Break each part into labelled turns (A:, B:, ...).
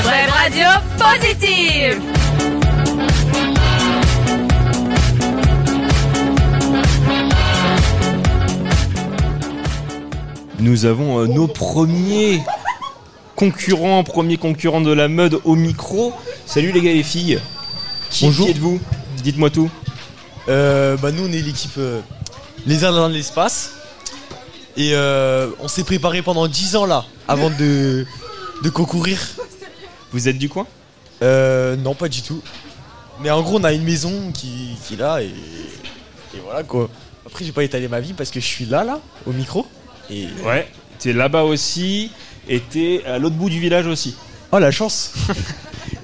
A: Radio Positive.
B: Nous avons euh, nos premiers concurrents, premiers concurrents de la mode au micro. Salut les gars et les filles. Qui,
C: Bonjour.
B: qui êtes-vous Dites-moi tout.
C: Euh, bah nous on est l'équipe euh, Les Indiens de l'espace. Et euh, on s'est préparé pendant 10 ans là avant de, de concourir.
B: Vous êtes du coin
C: Euh, non pas du tout. Mais en gros on a une maison qui, qui est là et, et voilà quoi. Après j'ai pas étalé ma vie parce que je suis là là au micro. Et
B: Ouais. T'es là-bas aussi et t'es à l'autre bout du village aussi.
C: oh la chance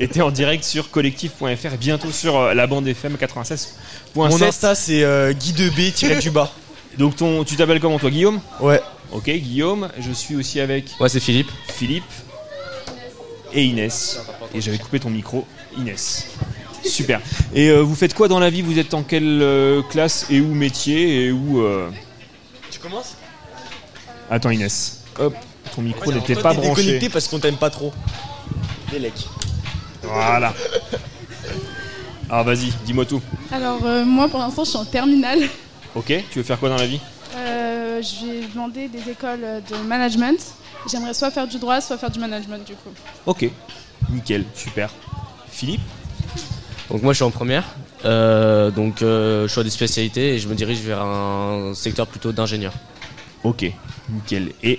B: Et t'es en direct sur collectif.fr et bientôt sur euh, la bande FM 96.7.
C: Mon insta c'est euh, Guy 2B tiré du bas.
B: Donc ton, tu t'appelles comment toi Guillaume
C: Ouais.
B: Ok Guillaume, je suis aussi avec
D: Ouais, c'est Philippe.
B: Philippe et Inès. Et j'avais coupé ton micro, Inès. Super. Et euh, vous faites quoi dans la vie Vous êtes en quelle euh, classe et où métier et où euh,
C: Tu commences
B: Attends Inès. Hop, ton micro
C: On
B: n'était pas branché.
C: déconnecté parce qu'on t'aime pas trop. Les lecs.
B: Voilà. Alors vas-y, dis-moi tout.
E: Alors euh, moi pour l'instant je suis en terminale.
B: Ok, tu veux faire quoi dans la vie
E: Euh, je vais demander des écoles de management. J'aimerais soit faire du droit, soit faire du management du coup.
B: Ok, nickel, super. Philippe
D: Donc moi je suis en première, Euh, donc euh, choix des spécialités et je me dirige vers un secteur plutôt d'ingénieur.
B: Ok, nickel. Et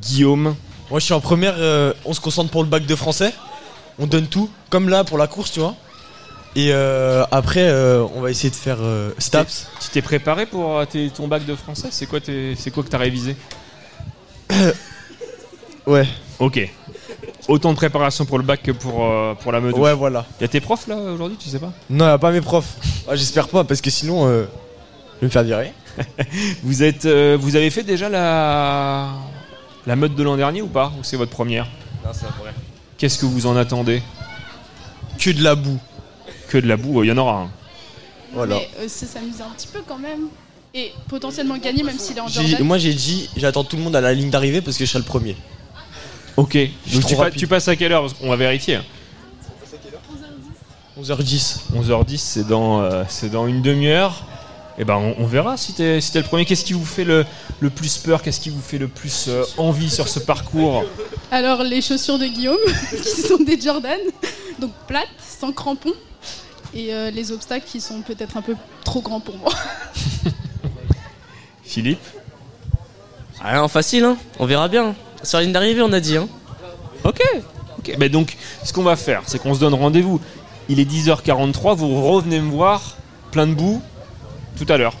B: Guillaume
C: Moi je suis en première, euh, on se concentre pour le bac de français. On donne tout, comme là pour la course, tu vois. Et euh, après, euh, on va essayer de faire euh, STAPS.
B: Tu t'es préparé pour euh, tes- ton bac de français C'est quoi, tes- c'est quoi que t'as révisé
C: Ouais,
B: Ok. Autant de préparation pour le bac que pour, euh, pour la meute.
C: ouais, voilà.
B: Y'a tes profs là aujourd'hui, tu sais pas
C: Non, y a pas mes profs. Ah, J'espère pas, parce que sinon, euh, je vais me faire virer.
B: Vous êtes, euh, vous avez fait déjà la la meute de l'an dernier ou pas Ou c'est votre première
D: Non, c'est la première.
B: Qu'est-ce que vous en attendez
C: Que de la boue.
B: Que de la boue, il y en aura hein. un.
C: Voilà.
E: Mais aussi s'amuser un petit peu quand même. Et potentiellement gagner même s'il est en
C: J'ai-
E: Jordan.
C: moi j'ai dit, j'attends tout le monde à la ligne d'arrivée parce que je serai le premier.
B: Ok.
C: suis
B: Donc
C: trop
B: tu, pa-
C: rapide.
B: tu passes à quelle heure On va vérifier. hein.
C: 11h10.
B: 11h10, c'est dans, euh, c'est dans une demi-heure. Et ben on, on verra si t'es si t'es le premier. Qu'est-ce qui vous fait le, le plus peur Qu'est-ce qui vous fait le plus euh, envie sur ce parcours
E: Alors les chaussures de Guillaume qui sont des Jordan, donc plates, sans crampons. Et euh, les obstacles qui sont peut-être un peu trop grands pour moi.
B: Philippe
D: Rien facile, hein on verra bien. Sur la ligne d'arrivée on a dit. Hein.
B: Ok. Ok. Mais donc, ce qu'on va faire, c'est qu'on se donne rendez-vous. Il est 10h43, vous revenez me voir, plein de boue, tout à l'heure.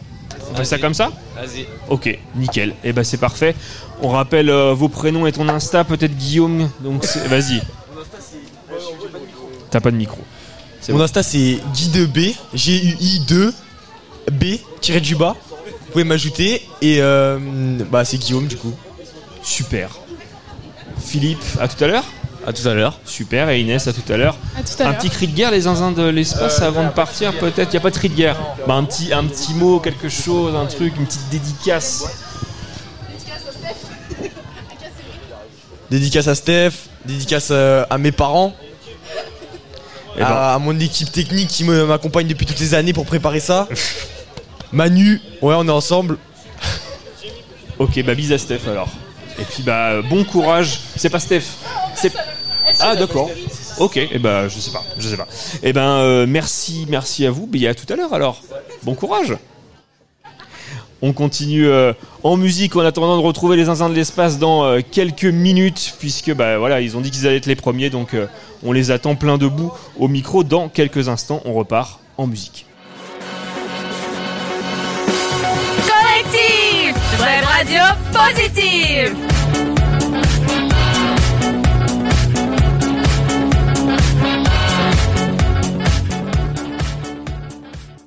B: On fait ça comme ça
D: Vas-y.
B: Ok, nickel. Et ben c'est parfait. On rappelle euh, vos prénoms et ton Insta, peut-être Guillaume. Donc c'est- vas-y. T'as pas de micro. C'est
C: Mon
B: bon.
C: Insta c'est Guy2B, G-U-I-2-B, tiré du bas. Vous pouvez m'ajouter. Et euh, bah, c'est Guillaume du coup.
B: Super. Philippe, à tout à l'heure.
D: À tout à l'heure.
B: Super. Et Inès, à tout à l'heure.
E: À tout à
B: Un
E: l'heure.
B: petit cri de guerre, les zinzins de l'espace, avant de partir, peut-être. Euh, Y a pas de cri de guerre. Bah, un petit, un petit mot, quelque chose, un truc, une petite dédicace.
C: Dédicace à Steph, dédicace euh, à mes parents,
B: Eh ben,
C: à, à mon équipe technique qui me- m'accompagne depuis toutes les années pour préparer ça. Manu, ouais, on est ensemble.
B: ok, bah bise à Steph alors. Et puis bah euh, bon courage. C'est pas Steph. C'est ah d'accord. Ok. Et bah je sais pas, je sais pas. Et ben euh, merci, merci à vous. Mais à tout à l'heure alors. Bon courage. On continue euh, en musique en attendant de retrouver les zinzins de l'espace dans euh, quelques minutes puisque bah voilà ils ont dit qu'ils allaient être les premiers donc euh, on les attend plein de bout au micro dans quelques instants. On repart en musique.
A: Collectif. Web Radio Positive.